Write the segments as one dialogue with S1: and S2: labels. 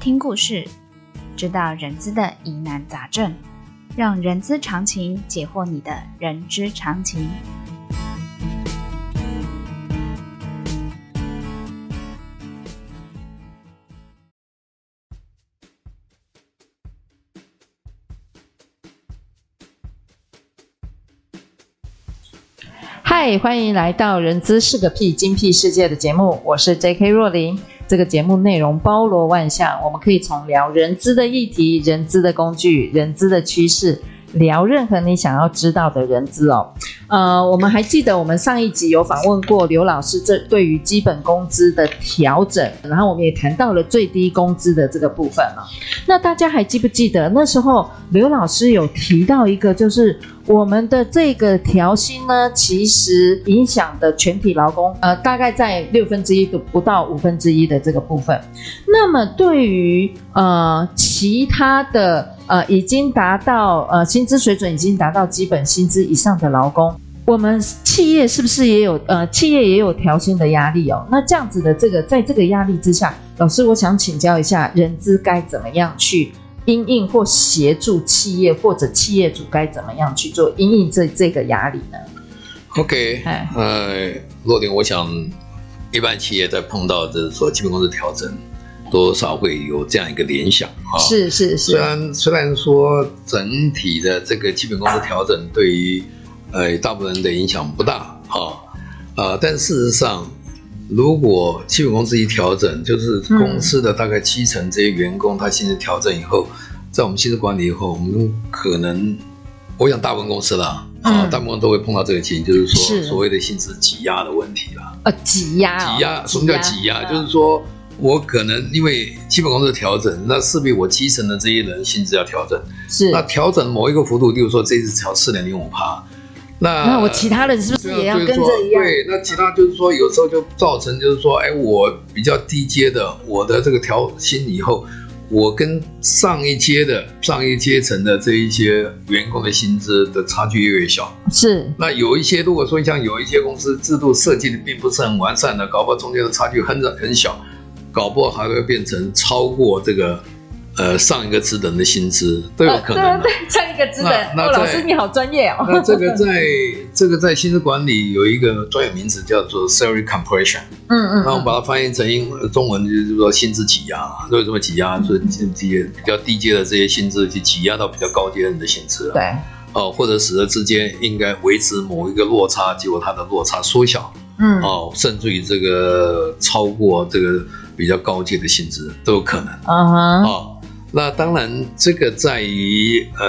S1: 听故事，知道人资的疑难杂症，让人资常情解惑你的人之常情。
S2: 嗨，欢迎来到《人资是个屁，精辟世界》的节目，我是 J.K. 若琳。这个节目内容包罗万象，我们可以从聊人资的议题、人资的工具、人资的趋势，聊任何你想要知道的人资哦。呃，我们还记得我们上一集有访问过刘老师，这对于基本工资的调整，然后我们也谈到了最低工资的这个部分哦。那大家还记不记得那时候刘老师有提到一个，就是我们的这个调薪呢，其实影响的全体劳工，呃，大概在六分之一不不到五分之一的这个部分。那么对于呃其他的呃已经达到呃薪资水准已经达到基本薪资以上的劳工，我们企业是不是也有呃企业也有调薪的压力哦？那这样子的这个在这个压力之下，老师我想请教一下，人资该怎么样去？因应或协助企业或者企业主该怎么样去做因应这这个压力呢？
S3: OK，
S2: 哎
S3: 呃，若琳，我想一般企业在碰到这所基本工资调整，多少会有这样一个联想啊。，
S2: 是是
S3: 虽
S2: 是，
S3: 然虽然说整体的这个基本工资调整对于呃大部分人的影响不大啊，呃，但事实上，如果基本工资一调整，就是
S2: 嗯
S3: 公司的大概七成这些员工他薪资调整以后，在我们薪资管理以后，我们可能，我想大部分公司啦。啊，
S2: 嗯
S3: 大部分都会碰到这个情形，就是说
S2: 是
S3: 所谓的薪资挤压的问题啦。
S2: 呃，挤压哦，
S3: 啊挤压，什么叫挤
S2: 嗯
S3: 压？就是说我可能因为基本工资的调整，那势必我基层的这些人薪资要调整。
S2: 是
S3: 那调整某一个幅度，例如说这次调四点零五趴，那
S2: 那我其他人是不是
S3: 对啊
S2: 也要
S3: 就是
S2: 跟着
S3: 说
S2: 一样？
S3: 对，那其他就是说，有时候就造成就是说，哎，我比较低阶的，我的这个调薪以后，我跟上一阶的、上一阶层的这一些员工的薪资的差距越来越小。
S2: 是
S3: 那有一些，如果说像有一些公司制度设计的并不是很完善的，搞不好中间的差距很很小，搞不好还会变成超过这个呃上一个职等的薪资都有可能、
S2: 呃
S3: 啊。
S2: 对对，像一个职能。
S3: 那
S2: 哦，
S3: 那在
S2: 老师你好专业哦。
S3: 那这个在这个在薪资管理有一个专有名词叫做 salary compression，
S2: 嗯嗯
S3: 那我
S2: 嗯，
S3: 们把它翻译成英中文就是说薪资挤压，为什么挤压？就是低比较低阶的这些薪资去挤压到比较高阶人的薪资啊，
S2: 对，
S3: 哦，或者使得之间应该维持某一个落差，结果它的落差缩小。
S2: 嗯
S3: 哦，甚至于这个超过这个比较高阶的薪资都有可能
S2: 啊哈，
S3: 哦。那当然，这个在于呃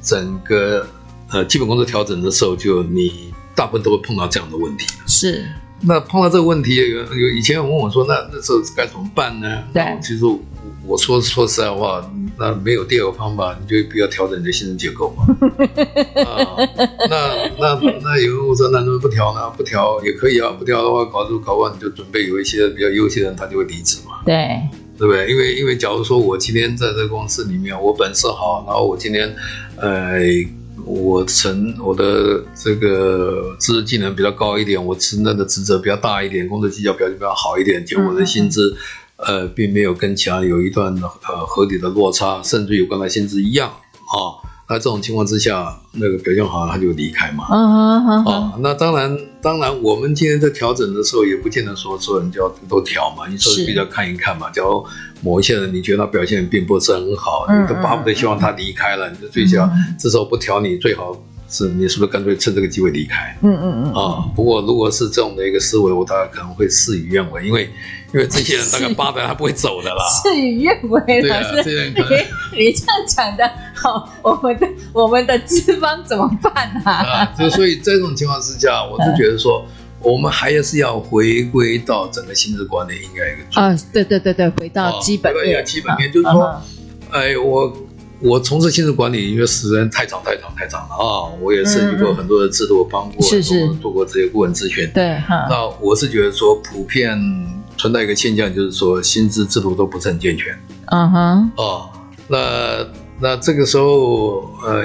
S3: 整个呃基本工资调整的时候，就你大部分都会碰到这样的问题。
S2: 是
S3: 那碰到这个问题，有有以前有人问我说，那那时候该怎么办呢？
S2: 对
S3: 那我其实我我说说实在话，那没有第二个方法，你就必要调整你的薪资结构嘛。啊，那那那有人问我说，那能不调呢？不调也可以啊，不调的话，搞出搞不好你就准备有一些比较优秀的人，他就会离职嘛，
S2: 对，
S3: 对不对？因为因为假如说我今天在这个公司里面，我本事好，然后我今天，呃。我成我的这个知识技能比较高一点，我承担的职责比较大一点，工作绩效表现比较好一点，结果我的薪资，呃，并没有跟其他人有一段呃合理的落差，甚至有跟他薪资一样啊、那这种情况之下，那个表现好他就离开嘛。
S2: 嗯哼哼哼，
S3: 哦，那当然，当然，我们今天在调整的时候，也不见得说所有人就要都调嘛，你说
S2: 是
S3: 比较看一看嘛。假如某一些人你觉得他表现并不是很好，
S2: 嗯
S3: 你都巴不得希望他离开了，你就最想、这时候不调你，最好是你是不是干脆趁这个机会离开
S2: 嗯嗯嗯，
S3: 啊？不过如果是这种的一个思维，我大概可能会事与愿违，因为因为这些 人大概巴不得他不会走的啦。
S2: 事与愿违，
S3: 对
S2: 老
S3: 啊，
S2: 师
S3: 这。些人可能
S2: 你这样讲的好，我们的我们的资方怎么办啊？
S3: 啊，就所以在这种情况之下，我是觉得说，我们还是要回归到整个薪资管理应该有一个 基
S2: 啊，对对对对，哦回
S3: 啊
S2: 到基本
S3: 对
S2: 面，
S3: 哎
S2: 啊
S3: 基本面就是说，哎，我我从事薪资管理因为时间太长太长太长了啊，我也设计过很多的制度，帮
S2: 嗯
S3: 过
S2: 是是
S3: 很多做过这些顾问咨询。
S2: 对哈，
S3: 那我是觉得说，普遍存在一个现象，就是说薪资制度都不是很健全
S2: 嗯哼，
S3: 哦。那那这个时候，呃，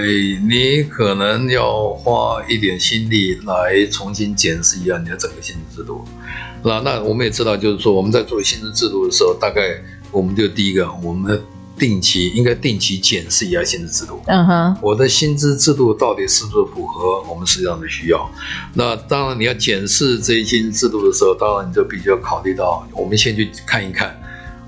S3: 你可能要花一点心力来重新检视一下你的整个薪资制度。那那我们也知道，就是说我们在做薪资制度的时候，大概我们就第一个，我们定期应该定期检视一下薪资制度。
S2: 嗯哼，
S3: 我的薪资制度到底是不是符合我们实际上的需要？那当然，你要检视这些薪资制度的时候，当然你就必须要考虑到，我们先去看一看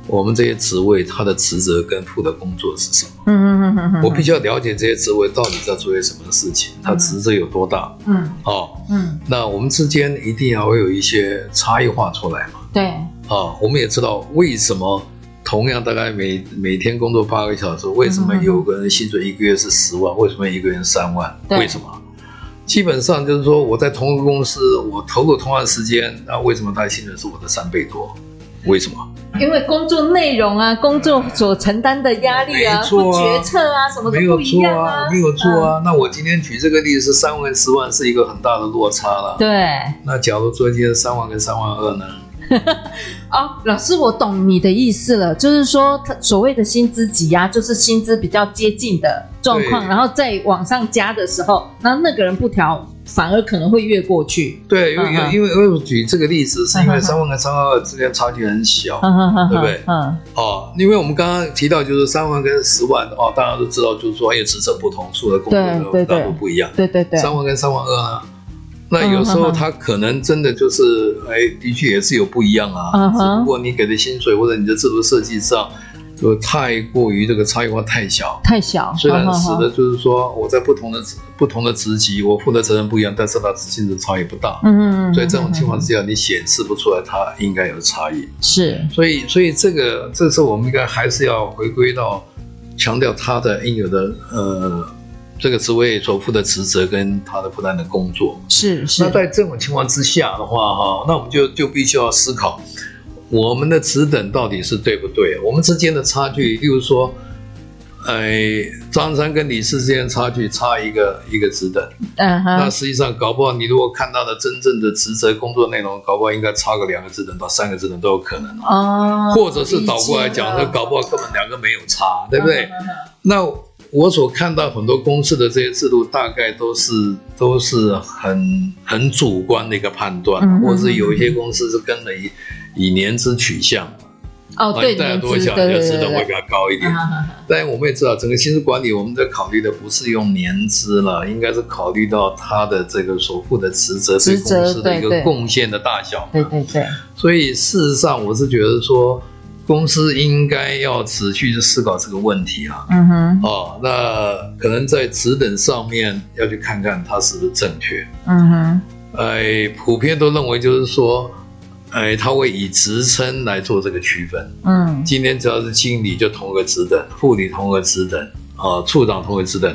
S3: 我们这些职位它的职责跟负的工作是什么。
S2: 嗯嗯嗯嗯嗯，
S3: 我必须要了解这些职位到底在做些什么事情，它职责有多大
S2: 嗯
S3: 哦。
S2: 嗯，
S3: 那我们之间一定要有一些差异化出来嘛
S2: 对，
S3: 啊。我们也知道为什么。同样，大概每每天工作八个小时，为什么
S2: 嗯嗯嗯
S3: 有个人薪水一个月是十万？为什么一个人三万？
S2: 对
S3: 为什么？基本上就是说，我在同一个公司，我投入同样的时间，那为什么他的薪水是我的三倍多？为什么？
S2: 因为工作内容啊，工作所承担的压力啊，
S3: 没错
S2: 或
S3: 啊
S2: 决策啊，什么都
S3: 没有
S2: 不一
S3: 错
S2: 样嗯
S3: 啊，没有错啊。那我今天举这个例子是三万跟十万是一个很大的落差了。
S2: 对，
S3: 那假如昨天三万跟三万二呢？
S2: 哦，老师，我懂你的意思了，就是说，他所谓的薪资挤压，就是薪资比较接近的状况，
S3: 对
S2: 然后再往上加的时候，然后那个人不调，反而可能会越过去。
S3: 对，因为
S2: 嗯嗯
S3: 因为因为我举这个例子是因
S2: 嗯嗯
S3: 为
S2: 嗯
S3: 三万跟三万二之间差距很小。
S2: 嗯哼哼
S3: 对
S2: 哼
S3: 不对
S2: 嗯，
S3: 哦，因为我们刚刚提到就是三万跟十万哦，大家都知道就是说，哎，职责不同，做的工作
S2: 对对
S3: 的
S2: 对
S3: 大度不一样。
S2: 对对对，
S3: 三万跟三万二啊，那有时
S2: 嗯嗯
S3: 候
S2: 嗯
S3: 他可能真的就是，哎，的确也是有不一样啊。
S2: 嗯哼
S3: 只不过你给的薪水或者你的制度设计上，就太过于这个差异化太小。
S2: 太小，
S3: 虽然
S2: 嗯
S3: 使
S2: 哼哼
S3: 得就是说我在不同的职不同的职级，我负的责任不一样，但是它薪资差异不大。
S2: 嗯嗯，
S3: 所以这种情况
S2: 嗯嗯
S3: 之下，你显示不出来它应该有差异。
S2: 嗯是
S3: 所以，所以这个这时候我们应该还是要回归到强调他的应有的呃这个职位所负的职责跟他的负担的工作。
S2: 是是，
S3: 那在这种情况之下的话，哈，那我们就就必须要思考我们的职等到底是对不对，我们之间的差距，例如说。哎，张三跟李四之间差距差一个一个职等，
S2: 嗯
S3: 那
S2: 哼，
S3: 实际上搞不好你如果看到的真正的职责工作内容，搞不好应该差个两个职等到三个职等都有可能。
S2: 哦，
S3: 或者是倒过来讲，
S2: 理解
S3: 那
S2: 了
S3: 搞不好根本两个没有差，对不对
S2: 嗯？嗯嗯嗯
S3: 那我所看到很多公司的这些制度，大概都是都是很很主观的一个判断，
S2: 嗯嗯嗯
S3: 或者是有一些公司是跟了以以年资取向，啊
S2: 哦，对，
S3: 大家
S2: 年
S3: 多
S2: 资，
S3: 想，
S2: 对
S3: 年
S2: 对
S3: 资
S2: 对
S3: 的会
S2: 对
S3: 比较高一点
S2: 嗯。哼哼哼
S3: 但我们也知道，整个薪资管理，我们在考虑的不是用年资了，应该是考虑到他的这个所负的职责对
S2: 职责
S3: 公司的
S2: 对
S3: 一个
S2: 对
S3: 贡献的大小。
S2: 对对对，
S3: 所以事实上，我是觉得说，公司应该要持续去思考这个问题啊。
S2: 嗯哼，
S3: 哦，那可能在职等上面要去看看它是不是正确。
S2: 嗯哼，
S3: 哎，普遍都认为就是说，哎，他会以职称来做这个区分。
S2: 嗯
S3: 今天只要是经理就同个职等，副理同个职等，啊、处长同个职等。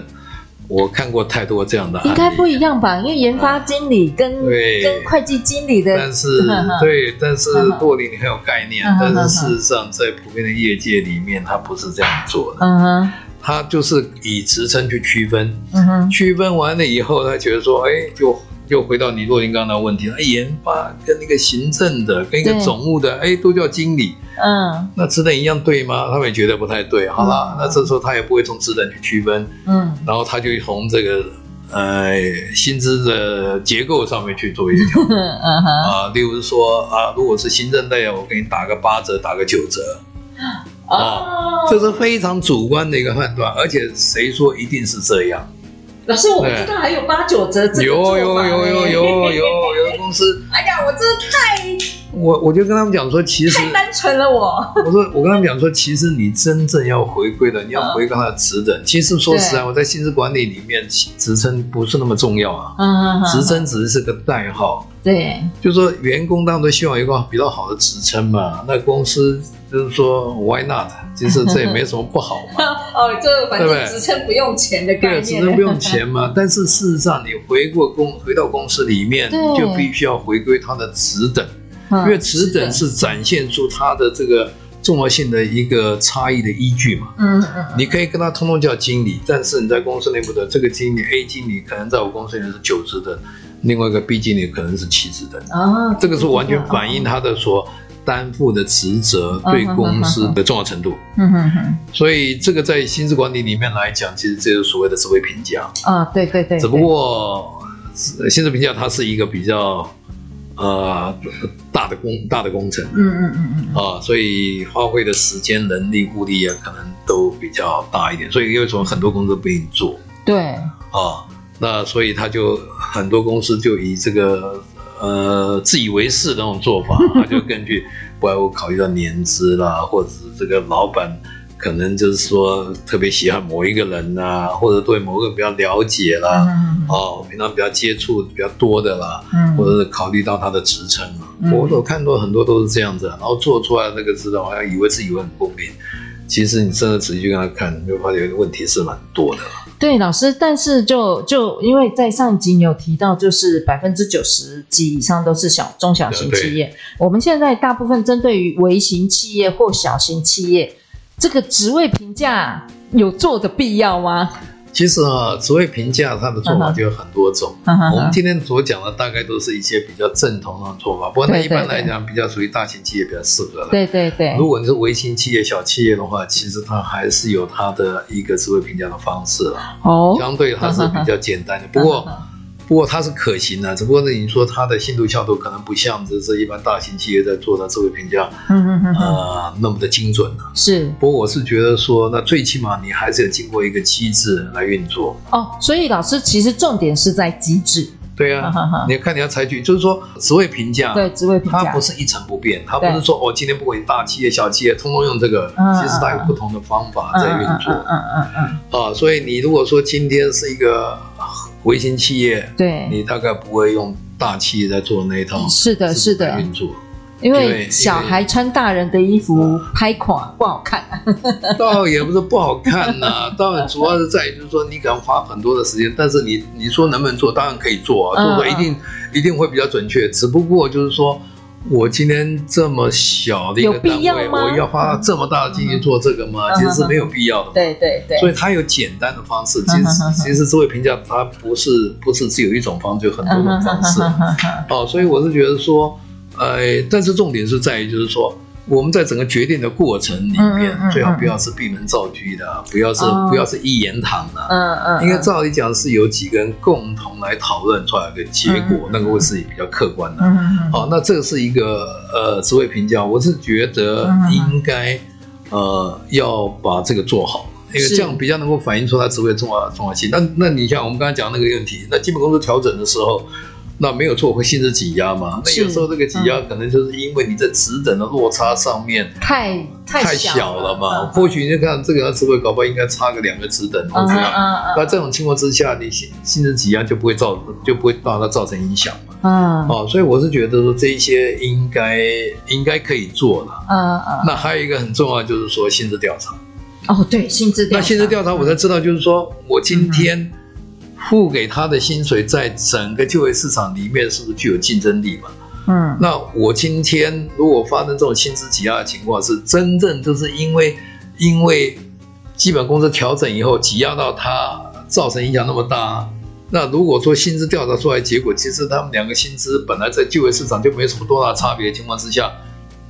S3: 我看过太多这样的案例，
S2: 应该不一样吧？因为研发经理跟
S3: 对
S2: 跟会计经理的
S3: 但是
S2: 呵呵
S3: 对，但 是
S2: 呵呵
S3: 洛林你很有概念
S2: 呵呵，
S3: 但
S2: 呵呵
S3: 是事实上在普遍的业界里面，他不是这样做的，
S2: 嗯哼，
S3: 他就是以职称去区分，
S2: 嗯哼，
S3: 区分完了以后，他觉得说，哎，就又回到你洛林刚刚的问题，哎，研发跟那个行政的，跟一个
S2: 对
S3: 总务的，哎，都叫经理，
S2: 嗯
S3: 那职等一样对吗？他们也觉得不太对，好啦
S2: 嗯，
S3: 那这时候他也不会从职等去区分，
S2: 嗯
S3: 然后他就从这个呃薪资的结构上面去做一个调整。
S2: 嗯 嗯哼，
S3: 啊，例如说啊，如果是行政类啊，我给你打个八折，打个九折，
S2: 哦，
S3: 这是非常主观的一个判断，而且谁说一定是这样？
S2: 老师，我不知道还有八九折这个
S3: 有有
S2: 做法
S3: 有有有有有的公司，
S2: 哎呀，我这
S3: 我我就跟他们讲说，其实
S2: 太单纯了，我，
S3: 我说我跟他们讲说，其实你真正要回归的，你要回归它的职等。其实说实在，我在薪资管理里面，职称不是那么重要啊，
S2: 嗯
S3: 职称只是个代号。
S2: 对，
S3: 就说员工当然都希望有一个比较好的职称嘛，那公司就是说 why not？其实这也没什么不好嘛，
S2: 哦，这反正
S3: 对不对
S2: 职称不用钱的概
S3: 对，啊只
S2: 念，
S3: 能不用 钱嘛。但是事实上，你回过公回到公司里面，
S2: 对
S3: 就必须要回归它的职等，
S2: 嗯
S3: 因为职等，是展现出它的这个重要性的一个差异的依据嘛。
S2: 嗯嗯
S3: 你可以跟他通通叫经理，但是你在公司内部的这个经理 A 经理，可能在我公司里面是九职等，另外一个 B 经理可能是七职等，
S2: 嗯，啊，
S3: 这个是完全反映他的所担负的职责对公司的重要程度。
S2: 嗯哼哼，
S3: 所以这个在薪资管理里面来讲，其实这就是所谓的职位评价。
S2: 啊，对对对，
S3: 只不过呃薪资评价它是一个比较呃大的工大的工程
S2: 对，嗯嗯嗯嗯，
S3: 啊，所以花费的时间、人力、物力啊，可能都比较大一点。所以因为什么很多公司不愿意做
S2: 对，
S3: 啊，那所以他就很多公司就以这个。呃，自以为是的那种做 法，他就根据不外乎考虑到年资啦，或者是这个老板可能就是说特别喜欢某一个人啊，或者对某个人比较了解啦，
S2: 嗯
S3: 哦，平常比较接触比较多的啦，
S2: 嗯
S3: 或者是考虑到他的职称啊。
S2: 嗯
S3: 我所看到很多都是这样子啊，然后做出来的那个资料，好像以为自己很公平，其实你真的仔细去跟他看，你会发觉问题是蛮多的。
S2: 对，老师，但是就就因为在上一集你有提到，就是百分之九十几以上都是小中小型企业，我们现在大部分针对于微型企业或小型企业，这个职位评价有做的必要吗？
S3: 其实啊，职位评价它的做法就有很多
S2: 嗯
S3: 种。我们今天所讲的大概都是一些比较正统的做法，不过那
S2: 对
S3: 一般
S2: 对
S3: 来讲比较属于大型企业比较适合了。
S2: 对对对，
S3: 如果你是微型企业、小企业的话，其实它还是有它的一个职位评价的方式啊。
S2: 哦，嗯
S3: 相对它是比较简 单的。不过，不过它是可行的，只不过呢，你说它的信度效度可能不像这是一般大型企业在做的这位评价，
S2: 嗯嗯嗯嗯，
S3: 呃，那么的精准啊。
S2: 是
S3: 不过我是觉得说，那最起码你还是有经过一个机制来运作。
S2: 哦，所以老师其实重点是在机制，
S3: 对啊，你看你要采取，就是说职位评
S2: 嗯
S3: 价，
S2: 对职位评
S3: 它
S2: 价
S3: 不，是一成不变，它不
S2: 对
S3: 是说哦，今天不管你大企业、小企业，通通用这个
S2: 嗯，
S3: 其实它有不同的方法在运作
S2: 嗯嗯嗯嗯，
S3: 啊。所以你如果说今天是一个呃微型企业，
S2: 对，
S3: 你大概不会用大企业在做那一套，
S2: 是的，是的，
S3: 运作。
S2: 因
S3: 因
S2: 为
S3: 为
S2: 小孩穿大人的衣服拍垮不好看、啊
S3: 倒也不是不好看 呐、倒主要是在于就是说你可能花很多的时间，但是你你说能不能做，当然可以做
S2: 嗯
S3: 啊，做出来一定一定会比较准确。只不过就是说我今天这么小的一
S2: 有
S3: 个
S2: 必
S3: 单
S2: 要
S3: 位，
S2: 吗
S3: 我要花这么大的精力做这个吗？
S2: 嗯
S3: 其实是没有必要的嘛。
S2: 对对对
S3: 所以它有简单的方式，其
S2: 嗯哼
S3: 实
S2: 哼哼
S3: 其实社会评价它不是不是只有一种方式，有很多种方
S2: 嗯
S3: 式。哦，所以我是觉得说，呃，但是重点是在于，就是说我们在整个决定的过程里面，
S2: 嗯嗯嗯
S3: 最好不要是闭门造车的啊，不要是、
S2: 哦
S3: 不要是一言堂的啊、
S2: 嗯嗯，
S3: 应该照理讲是有几个人共同来讨论出来的结果，
S2: 嗯嗯
S3: 那个会是比较客观的。
S2: 嗯嗯
S3: 好、那这个是一个呃职位评价，我是觉得
S2: 嗯嗯嗯
S3: 应该呃要把这个做好，因为
S2: 是
S3: 这样比较能够反映出它职位的重要重要性。那那你像我们刚才讲那个问题，那基本工资调整的时候。那没有错，会限制挤压嘛？那
S2: 是嗯
S3: 有时候这个挤压可能就是因为你在职等的落差上面
S2: 太
S3: 太
S2: 小
S3: 小了嘛。
S2: 嗯
S3: 或许你看这个职位，搞不好应该差个两个职等，或
S2: 嗯
S3: 者怎
S2: 嗯
S3: 样。
S2: 嗯
S3: 那这种情况之下，你薪薪资挤压就不会造就不会让它造成影响嘛。
S2: 嗯
S3: 哦，所以我是觉得说这一些应该应该可以做了。
S2: 嗯嗯，
S3: 那还有一个很重要就是说薪资调查。
S2: 哦对，薪资调
S3: 那
S2: 查，
S3: 薪资调查我才知道，就是说我今天付给他的薪水在整个就业市场里面是不是具有竞争力嘛？
S2: 嗯
S3: 那我今天如果发生这种薪资挤压的情况，是真正就是因为因为基本工资调整以后挤压到它造成影响那么大。那如果说薪资调查出来结果，其实他们两个薪资本来在就业市场就没什么多大差别的情况之下，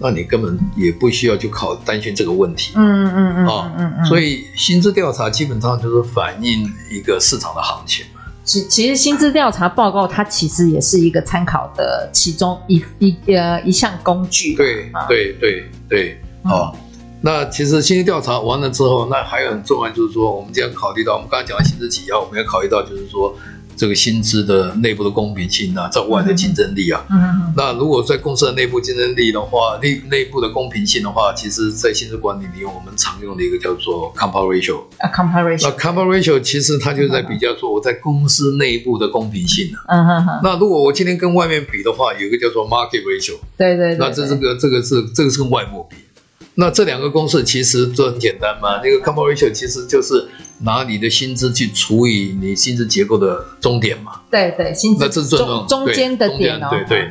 S3: 那你根本也不需要去考担心这个问题。
S2: 嗯嗯嗯嗯嗯，
S3: 所
S2: 以
S3: 以薪资调查基本上就是反映一个市场的行情。
S2: 其其实薪资调查报告它其实也是一个参考的其中一一呃一项工具，
S3: 对
S2: 啊
S3: 对对对，
S2: 嗯
S3: 好。那其实薪资调查完了之后，那还有很重要就是说，我们今天考虑到我们刚才讲的薪资挤压，我们要考虑到就是说这个薪资的内部的公平性啊，在外的竞争力啊。
S2: 嗯嗯
S3: 那如果在公司的内部竞争力的话，内内部的公平性的话，其实在薪资管理里，我们常用的一个叫做 compound ratio。
S2: 啊
S3: 那
S2: comparison，
S3: compound ratio 其实它就是在比较说我在公司内部的公平性啊。
S2: 嗯嗯嗯，
S3: 那如果我今天跟外面比的话，有一个叫做 market ratio。
S2: 对对对，
S3: 那这这个这个是这个是跟外部比，那这两个公式其实都很简单嘛，那个 compound ratio 其实就是拿你的薪资去除以你薪资结构的终点嘛。
S2: 对对，薪
S3: 那
S2: 资
S3: 这是最
S2: 中中间的点哦，
S3: 对对。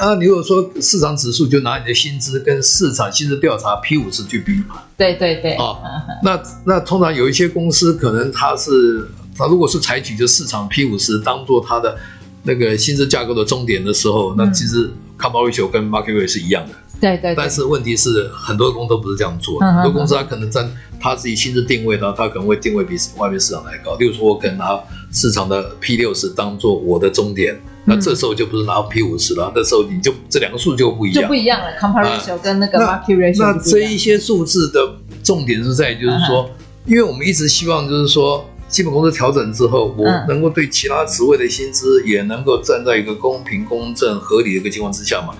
S3: 啊，你如果说市场指数，就拿你的薪资跟市场薪资调查 P 五十去比嘛。
S2: 对对对，嗯
S3: 哦那那通常有一些公司可能它是它如果是采取就市场 P 五十当做它的那个薪资架构的终点的时候，那
S2: 嗯
S3: 其实 compound ratio 跟 market rate 是一样的。
S2: 对对对
S3: 但，是问题是，很多公司都不是这样做
S2: 嗯
S3: 的。
S2: 嗯嗯
S3: 很多公司它可能占它自己薪资定位呢，它可能会定位比外面市场来高。例如说，我可能拿市场的 P 六十当做我的终点，
S2: 嗯
S3: 那这时候就不是拿 P 五十了，那时候你就这两个数就不一
S2: 就
S3: 样
S2: 不。一样了，compare ratio 跟那个
S3: 那
S2: market ratio
S3: 那
S2: 就不
S3: 这
S2: 一样嗯
S3: 一些数字的重点是在于，就是说，因为我们一直希望就是说。基本工资调整之后，我
S2: 嗯
S3: 能够对其他职位的薪资也能够站在一个公平、公正、合理的一个情况之下嘛。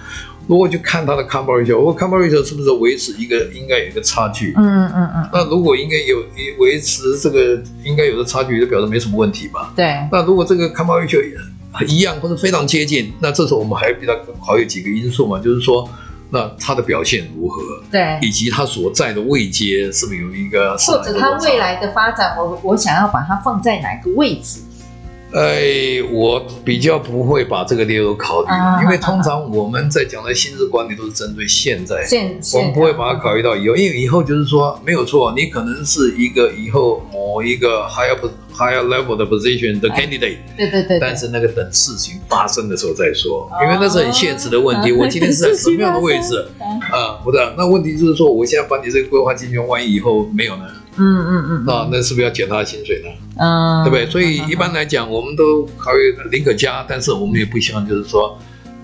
S3: 如果去看它的 c o m p a r a t i o 我 c o m p a r a t i o 是不是维持一个应该有一个差距？
S2: 嗯嗯嗯嗯，
S3: 那如果应该有维持这个应该有的差距，就表示没什么问题吧？
S2: 对，
S3: 那如果这个 c o m p a r a t i o 一样或者非常接近，那这时候我们还比较考虑几个因素嘛，就是说，那它的表现如何？
S2: 对，
S3: 以及它所在的位阶是不是有一个市
S2: 或
S3: 场
S2: 者它
S3: 落差
S2: 未来的发展，我我想要把它放在哪个位置？
S3: 哎，我比较不会把这个列入考虑，
S2: 啊
S3: 因为通常我们在讲的薪资管理都是针对现在，
S2: 现
S3: 我
S2: 现
S3: 们不会把它考虑到以后，因为以后就是说没有错，你可能是一个以后某一个 higher pos- higher level 的 position 哎的 candidate，
S2: 对对对，对
S3: 但是那个等事情发生的时候再说
S2: 哦，
S3: 因为那是很现实的问题。
S2: 嗯
S3: 我今天是在什么样的位置
S2: 嗯
S3: 啊？不对，那问题就是说，我现在把你这个规划进去，万一以后没有呢？
S2: 嗯嗯嗯，
S3: 那那是不是要减他的薪水呢？
S2: 嗯，
S3: 对不对？所以一般来讲，我们都考虑宁可加，但是我们也不希望就是说，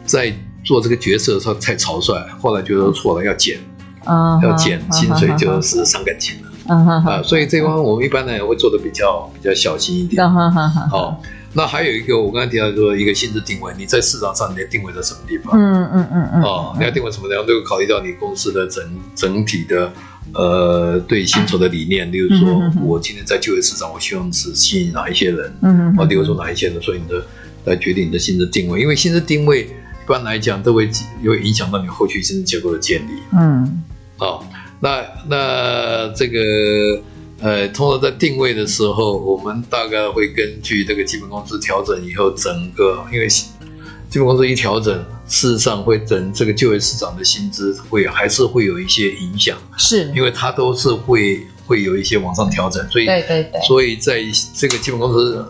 S3: 在做这个决策的时候太草率，后来觉得错了要减，
S2: 嗯
S3: 要减薪水就是伤感情了
S2: 嗯哼
S3: 啊。
S2: 哼，
S3: 所以这方面我们一般呢会做的比较比较小心一点。
S2: 嗯哼哼哼，
S3: 好，那还有一个我刚才提到说一个薪资定位，你在市场上你要定位在什么地方？
S2: 嗯嗯嗯嗯，
S3: 哦，你要定位什么地方，都有考虑到你公司的整整体的呃对薪酬的理念。例如
S2: 嗯
S3: 说
S2: 哼哼，哼
S3: 我今天在就业市场，我希望是吸引哪一些人？
S2: 嗯
S3: 啊，
S2: 嗯，
S3: 例如说哪一些呢？所以你的来决定你的薪资定位，因为薪资定位一般来讲都会有影响到你后续薪资结构的建立
S2: 嗯
S3: 啊。那那这个呃，通常在定位的时候，我们大概会根据这个基本工资调整以后，整个因为基本工资一调整，事实上会整这个就业市场的薪资会还是会有一些影响，
S2: 是，
S3: 因为它都是会会有一些往上调整，所以
S2: 对对对，
S3: 所以在这个基本工资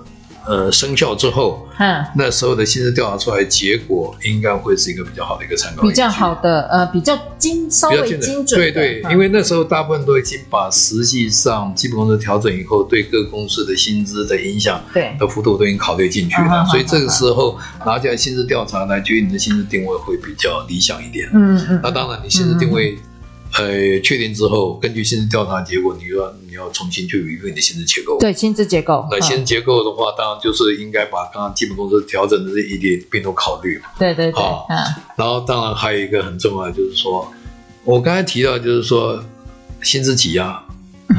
S3: 呃生效之后，
S2: 哈。
S3: 那时候的薪资调查出来结果应该会是一个比较好的一个参考依据，
S2: 比较好的，呃，比较精，稍
S3: 比较
S2: 微
S3: 精
S2: 精
S3: 准，
S2: 准
S3: 对
S2: 的，
S3: 对，
S2: 嗯
S3: 因为那时候大部分都已经把实际上基本工资调整以后对各公司的薪资的影响
S2: 对，
S3: 的幅度都已经考虑进去
S2: 啊哈
S3: 了，
S2: 哈
S3: 所以这个时候拿下薪资调查来决定你的薪资定位会比较理想一点。
S2: 嗯嗯，
S3: 那当然，你薪资定位。呃，确定之后，根据薪资调查结果，你要你要重新去 review 你的薪资结构。
S2: 对薪资结构，
S3: 那
S2: 嗯
S3: 薪资结构的话，当然就是应该把刚刚基本工资调整的这一点并都考虑嘛。
S2: 对对对
S3: 好，
S2: 嗯
S3: 然后当然还有一个很重要的就是说，我刚才提到就是说薪资挤压，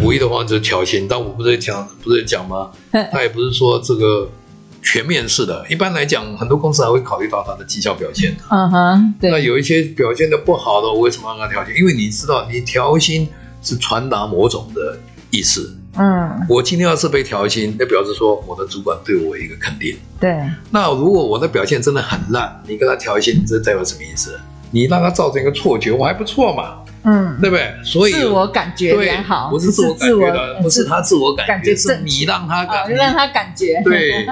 S3: 无意的话就是调薪，但我不是讲不是讲吗？他也不是说这个全面式的，一般来讲，很多公司还会考虑到它的绩效表现。
S2: 嗯哼，
S3: 那
S2: 对，
S3: 有一些表现的不好的，我为什么要让他调薪？因为你知道，你调薪是传达某种的意思。
S2: 嗯
S3: 我今天要是被调薪，那表示说我的主管对我一个肯定。
S2: 对，
S3: 那如果我的表现真的很烂，你跟他调薪，这代表什么意思？你让他造成一个错觉，我还不错嘛，
S2: 嗯，
S3: 对不对？所以
S2: 自我感觉
S3: 对
S2: 良好，
S3: 不是自我感 觉的，不是他自我感
S2: 感觉
S3: 是
S2: 正
S3: 你让他
S2: 啊，
S3: 感觉。
S2: 让他感觉，，
S3: 对，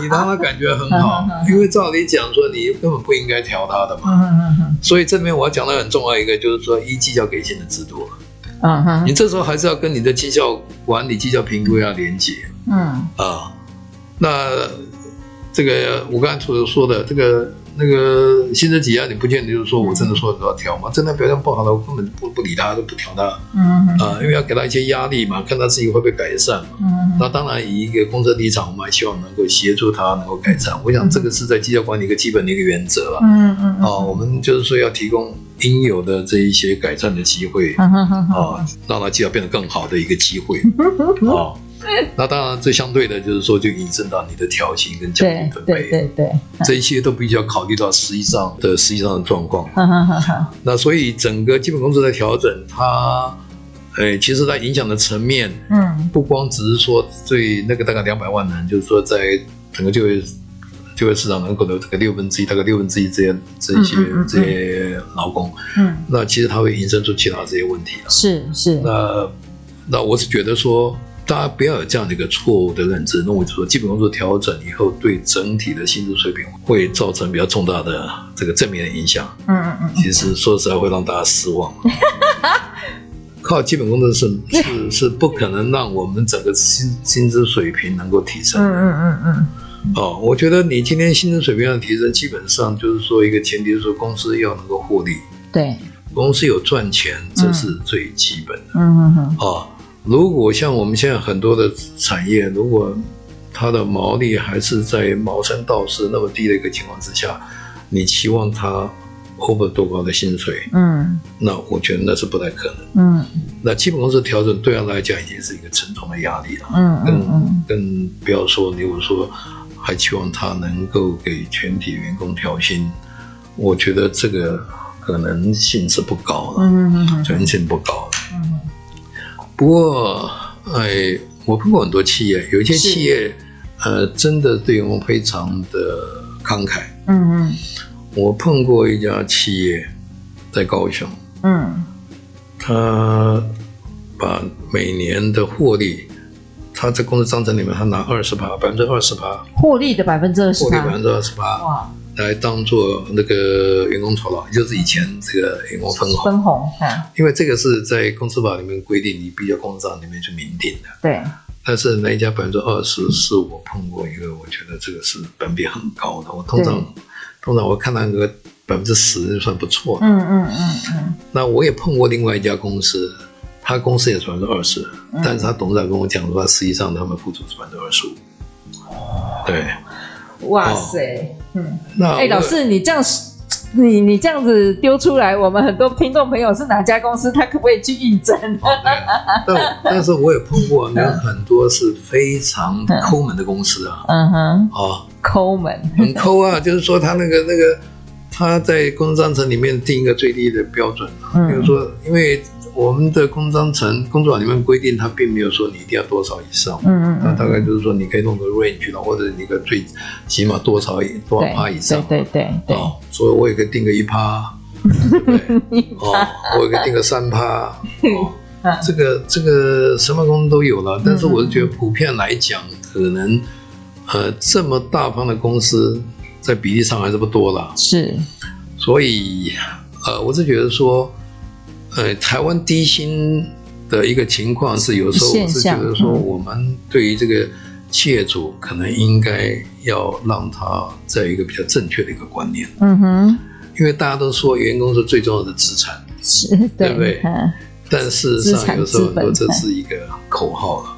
S3: 你让他感觉很好 因为照理讲说你根本不应该调他的
S2: 嗯
S3: 嘛。
S2: 嗯嗯
S3: 所以这里面我要讲的很重要一个，就是说依绩效给薪的制度，
S2: 嗯嗯哼
S3: 你这时候还是要跟你的绩效管理、绩效评估要连接。
S2: 嗯
S3: 啊，那这个我刚才所说的这个那个薪资挤压，你不见得就是说我真的说的都要调嘛，真的表现不好的，我根本不不理他，都不调他
S2: 嗯嗯
S3: 啊，因为要给他一些压力嘛，看他自己会不会改善嘛。
S2: 嗯
S3: 那当然，以一个公司的立场，我们还希望能够协助他能够改善。我想这个是在绩效管理一个基本的一个原则了。
S2: 嗯嗯
S3: 啊，我们就是说要提供应有的这一些改善的机会哦
S2: 嗯哼哼哼，
S3: 啊，让他绩效变得更好的一个机会。啊，那当然，最相对的就是说，就引申到你的调薪跟奖
S2: 对
S3: 金分
S2: 对嗯
S3: 配，
S2: 对对，
S3: 这一些都必须要考虑到实际上的实际上的状况。
S2: 哈哈哈哈，
S3: 那所以整个基本工资的调整，它，呃，其实它影响的层面
S2: 嗯
S3: 不光只是说对那个大概两百万人，就是说在整个就业就业市场人口的这个六分之一，大概六分之一这些这些
S2: 嗯嗯嗯
S3: 这些劳工，
S2: 嗯，
S3: 那其实它会引申出其他这些问题了。
S2: 是是，
S3: 那那我是觉得说，大家不要有这样的一个错误的认知，认为说基本工作调整以后对整体的薪资水平会造成比较重大的这个正面的影响。
S2: 嗯嗯嗯，
S3: 其实说实在会让大家失望。靠基本工作是是是不可能让我们整个薪薪资水平能够提升的。
S2: 嗯嗯嗯
S3: 哦，我觉得你今天薪资水平的提升，基本上就是说一个前提是说公司要能够获利，
S2: 嗯，对，
S3: 公司有赚钱，这是最基本的。
S2: 嗯嗯嗯，
S3: 啊，如果像我们现在很多的产业，如果它的毛利还是在毛三到四那么低的一个情况之下，你期望它 over 多高的薪水，
S2: 嗯
S3: 那我觉得那是不太可能。
S2: 嗯
S3: 那基本工资调整对他来讲已经是一个沉重的压力了，
S2: 嗯
S3: 更
S2: 嗯嗯，
S3: 更不要说如果说还期望他能够给全体员工调薪，我觉得这个可能性是不高了，
S2: 嗯嗯
S3: 可能性不高了。
S2: 嗯，
S3: 不过，哎，我碰过很多企业，有一些
S2: 是
S3: 企业，呃，真的对员工非常的慷慨。
S2: 嗯
S3: 我碰过一家企业，在高雄，
S2: 嗯嗯，
S3: 他把每年的获利，他在公司章程里面，他拿二十八，百分之二十八，
S2: 获利的百分之二十
S3: 获利百
S2: 八
S3: 分，之二十八，
S2: 哇，
S3: 来当做那个员工酬劳，也就是以前这个员工分红，
S2: 分红，嗯，
S3: 因为这个是在公司法里面规定，你必须要公司章里面去明定的。
S2: 对，
S3: 但是那一家百分之二十是我碰过一个，我觉得这个是本比很高的。我通常通常我看到个百分之十就算不错的。
S2: 嗯嗯嗯
S3: 那我也碰过另外一家公司，他公司也是百分之二十，
S2: 嗯，
S3: 但是他董事长跟我讲说，实际上他们付出是百分之二十五。对，
S2: 哇塞，嗯，
S3: 那
S2: 哎，老
S3: 我
S2: 师，你这样。你你这样子丢出来，我们很多听众朋友是哪家公司，他可不可以去应征？
S3: 哦 但但是我也碰过那很多是非常抠门的公司啊
S2: 嗯哼，
S3: 啊，
S2: 抠门，
S3: 很抠啊，就是说他那个那个他在公司章程里面定一个最低的标准。比如
S2: 嗯
S3: 说，因为我们的工章程工作法里面规定，它并没有说你一定要多少以上，
S2: 嗯
S3: 那大概就是说你可以弄个 range 了，或者你个最起码多少以多少趴以上。
S2: 对对对
S3: 哦，所以我也可以定个一 趴，对不对？哦，我也可以定个三趴。 哦
S2: 嗯
S3: 这个这个什么工作都有了，但是我是
S2: 嗯
S3: 觉得普遍来讲，可能呃这么大方的公司在比例上还是不多了。
S2: 是，
S3: 所以，呃，我是觉得说，呃，台湾低薪的一个情况是，有时候我
S2: 现
S3: 是
S2: 象
S3: 觉得说，
S2: 嗯
S3: 我们对于这个企业主可能应该要让他在一个比较正确的一个观念，
S2: 嗯哼，
S3: 因为大家都说员工是最重要的资产，
S2: 是，
S3: 对不对
S2: 嗯
S3: 但事实
S2: 资
S3: 上
S2: 产
S3: 有时候
S2: 资
S3: 很
S2: 本
S3: 多这是一个口号了。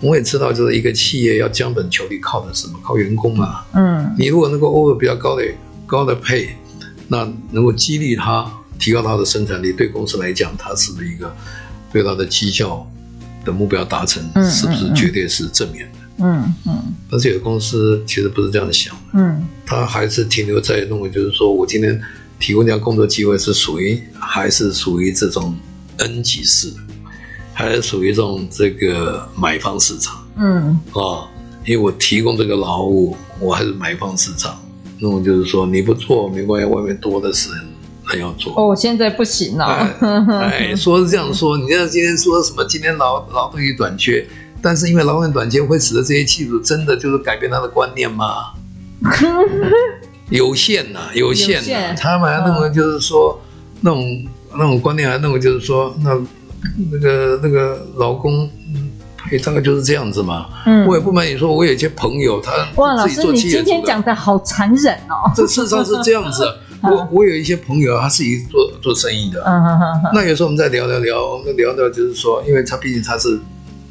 S3: 我也知道，就是一个企业要将本求利，靠的是什么？靠员工啊。
S2: 嗯
S3: 你如果能够 over 比较高的高的配，那能够激励他提高他的生产力，对公司来讲，它是不是一个对它的绩效的目标达成，
S2: 嗯
S3: 是不
S2: 嗯
S3: 是
S2: 嗯
S3: 绝对是正面的？
S2: 嗯嗯
S3: 但是有的公司其实不是这样想，
S2: 嗯，
S3: 他还是停留在认为就是说我今天提供这样工作机会是属于还是属于这种 N 级市的，还是属于这种这个买方市场。
S2: 嗯
S3: 啊，因为我提供这个劳务，我还是买方市场。那么就是说，你不做没关系，外面多的是人要做。
S2: 哦，现在不行
S3: 哎
S2: 了，
S3: 哎，说是这样说，你像今天说什么，今天劳劳动力短缺，但是因为劳动力短缺会使得这些企业主真的就是改变他的观 念吗？有限呐、有限
S2: 有
S3: 呐、
S2: 限嗯
S3: 他们还认为就是说、那种那种观念，还认为就是说那那个那个劳工嗯配大概就是这样子嘛。
S2: 嗯
S3: 我也不瞒你说，我有一些朋友他
S2: 哇，老
S3: 自己
S2: 师
S3: 做
S2: 你
S3: 企业
S2: 今
S3: 主
S2: 天
S3: 的，
S2: 讲的好残忍哦，
S3: 这事实上是这样子。我我有一些朋友，他是一做做生意的。
S2: 嗯哼哼哼，
S3: 那有时候我们在聊聊聊，我们聊聊就是说，因为他毕竟他是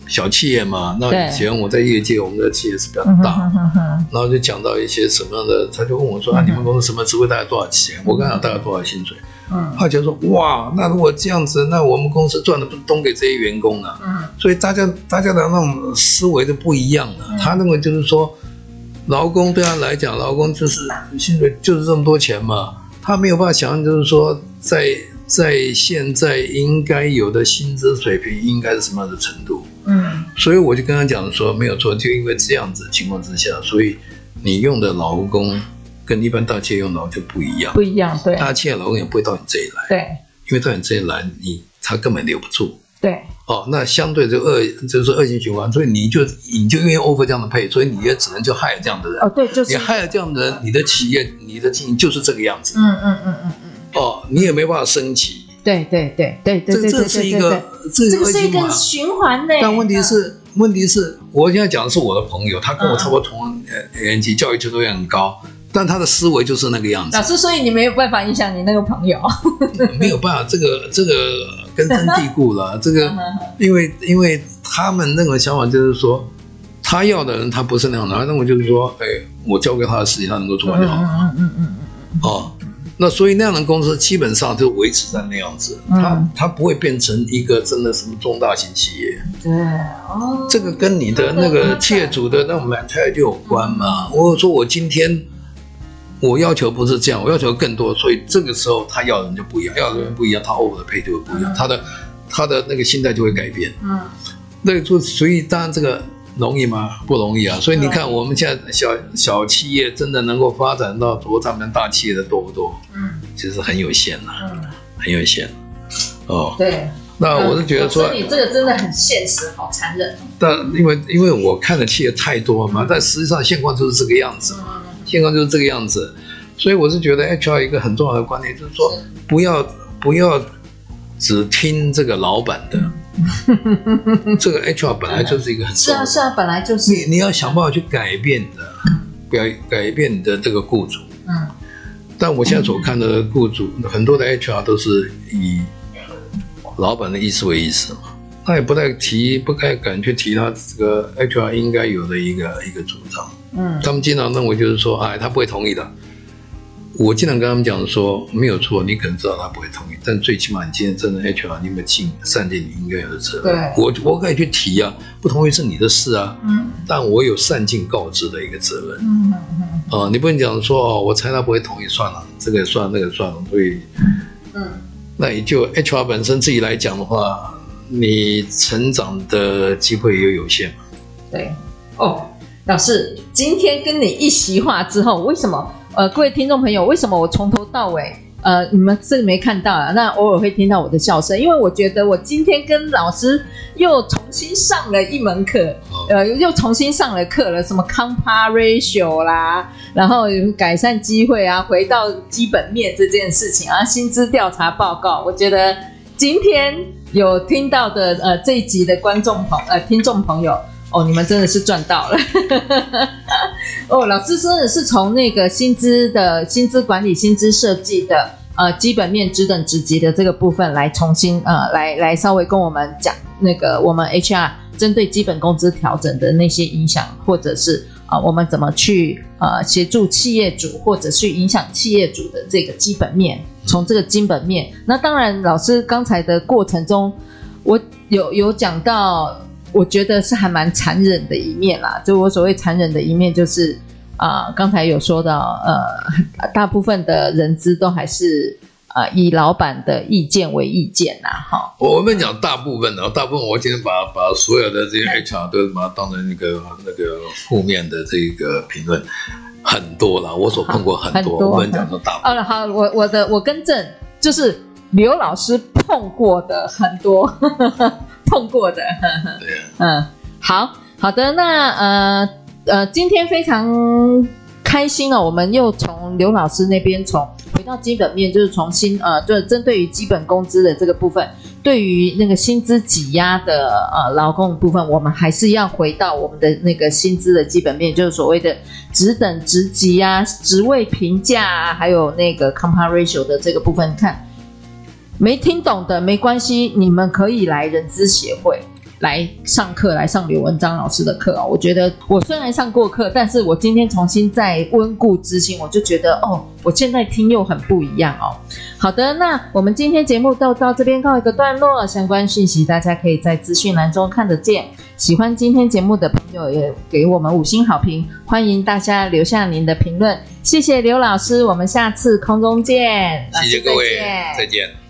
S3: 小企业嘛，那
S2: 对
S3: 以前我在业界，我们的企业是比较
S2: 嗯
S3: 大，
S2: 哼哼哼，
S3: 然后就讲到一些什么样的，他就问我说啊，你们公司什么职位大概多少钱？我跟他讲大概多少薪水？
S2: 嗯
S3: 他觉得说，哇，那如果这样子，那我们公司赚的不是都给这些员工啊？
S2: 嗯
S3: 所以大家大家的那种思维都不一样
S2: 嗯
S3: 了。他认为就是说，劳工对他来讲，劳工就是薪水就是这么多钱嘛，他没有办法想象，就是说在在现在应该有的薪资水平应该是什么样的程度。
S2: 嗯
S3: 所以我就跟他讲说，没有错，就因为这样子的情况之下，所以你用的劳工跟一般大企业用劳就不一样，
S2: 不一样，对
S3: 大企业劳工也不会到你这里来，
S2: 对
S3: 因为到你这里来，你他根本留不住。
S2: 对，
S3: 哦，那相对就恶就是恶性循环，所以你就你就因为 over 这样的配，所以你也只能就害了这样的人。
S2: 哦对，就是
S3: 你害了这样的人，你的企业、你的经营就是这个样子、
S2: 嗯嗯嗯嗯嗯，
S3: 哦，你也没办法升级。
S2: 对对对对对对
S3: 这
S2: 对
S3: 这是
S2: 对
S3: 一
S2: 对对
S3: 个，这
S2: 这
S3: 是
S2: 个
S3: 恶
S2: 是
S3: 性
S2: 一
S3: 循
S2: 个
S3: 环。
S2: 循环呢。
S3: 但问题是，问题是我现在讲的是我的朋友，他跟
S2: 嗯
S3: 我差不多同年纪，教育程度也很高，但他的思维就是那个样子
S2: 老，师，所以你没有办法影响你那个朋友。
S3: 没有办法，这个这个根深蒂固 了，这
S2: 嗯
S3: 个。因为因为他们那种想法就是说，他要的人他不是那样的，他认为就是说，哎，我交给他的事情他能够做就好了、
S2: 嗯嗯嗯
S3: 哦。那所以那样的公司基本上就维持在那样子，
S2: 嗯
S3: 它它不会变成一个真的什么中大型企业。
S2: 嗯，对哦，
S3: 这个跟你的那
S2: 嗯
S3: 个企业主的那种 mentality 有关嘛。我说我今天我要求不是这样，我要求更多，所以这个时候他要的人就不一样，要的人不一样，他 over 的配就会不一
S2: 嗯
S3: 样，他的他的那个心态就会改变。
S2: 嗯
S3: 那就所以当然这个容易吗？不容易啊！所以你
S2: 嗯
S3: 看我们现在小小企业真的能够发展到多咱们大企业的多不多？
S2: 嗯
S3: 其实很有限呐、
S2: 嗯，
S3: 很有限。哦，
S2: 对。
S3: 那我是觉得说
S2: 嗯老师，你这个真的很现实，好残忍。
S3: 但因为因为我看的企业太多嘛，但实际上现况就是这个样子，
S2: 嗯
S3: 现况就是这个样子。所以我是觉得 HR 一个很重要的观念就是说
S2: 是，
S3: 不要不要只听这个老板的，这个 HR 本来就是一个很
S2: 是
S3: 重
S2: 嗯
S3: 要
S2: 啊
S3: 的
S2: 是啊，本来就是
S3: 你你要想办法去改变你的，改改变你的这个雇主。
S2: 嗯
S3: 但我现在所看的雇主，很多的 HR 都是以老板的意思为意思嘛，他也不太提，不太敢去提他这个 HR 应该有的一个一个主张。
S2: 嗯
S3: 他们经常认为就是说，哎，他不会同意的。我经常跟他们讲说，没有错，你可能知道他不会同意，但最起码你今天真的 HR，你有没有尽善尽你应该有的责任？
S2: 对
S3: 我我可以去提啊，不同意是你的事啊。
S2: 嗯
S3: 但我有善尽告知的一个责任
S2: 嗯嗯
S3: 啊、你不能讲说哦，我猜他不会同意，算了，这个也算那个也算了，所以
S2: 嗯
S3: 那也就 HR 本身自己来讲的话，你成长的机会也有限嘛。
S2: 对，哦，老师，今天跟你一席话之后，为什么呃，各位听众朋友，为什么我从头到尾呃，你们是没看到啊？那偶尔会听到我的笑声，因为我觉得我今天跟老师又重新上了一门课，呃，又重新上了课了，什么 compa ratio 啦，然后有改善机会啊，回到基本面这件事情啊，薪资调查报告，我觉得今天有听到的呃这一集的观众朋呃听众朋友。哦，你们真的是赚到了！ 哦，老师真的是从那个薪资的薪资管理、薪资设计的呃基本面、职等、职级的这个部分来重新呃来来稍微跟我们讲那个我们 HR 针对基本工资调整的那些影响，或者是啊、呃我们怎么去呃协助企业主或者去影响企业主的这个基本面，从这个基本面。那当然，老师刚才的过程中，我有有讲到，我觉得是还蛮残忍的一面啦。就我所谓残忍的一面，就是啊、刚才有说到，呃，大部分的人资都还是呃以老板的意见为意见啦，哈。
S3: 我我们讲大部分啊的，大部分我今天把把所有的这些 HR 都把它当成那个那个负面的这个评论，很多啦，我所碰过很多，
S2: 很多
S3: 我不能讲说大部分。
S2: 哦，好，我我的我更正，就是刘老师碰过的很多， 碰过的，
S3: 对啊
S2: 嗯，好好的，那呃呃，今天非常开心哦，我们又从刘老师那边从回到基本面，就是从新呃，就是针对于基本工资的这个部分，对于那个薪资挤压的呃劳工的部分，我们还是要回到我们的那个薪资的基本面，就是所谓的职等职级啊、职位评价啊，还有那个 compa ratio 的这个部分看。没听懂的没关系，你们可以来人资协会，来上课，来上刘文章老师的课哦。我觉得我虽然上过课，但是我今天重新再温故知新，我就觉得哦，我现在听又很不一样哦。好的，那我们今天节目到到这边告一个段落，相关讯息大家可以在资讯栏中看得见。喜欢今天节目的朋友也给我们五星好评，欢迎大家留下您的评论。谢谢刘老师，我们下次空中见，老
S3: 谢
S2: 师
S3: 谢各
S2: 再
S3: 位
S2: 见，
S3: 再见。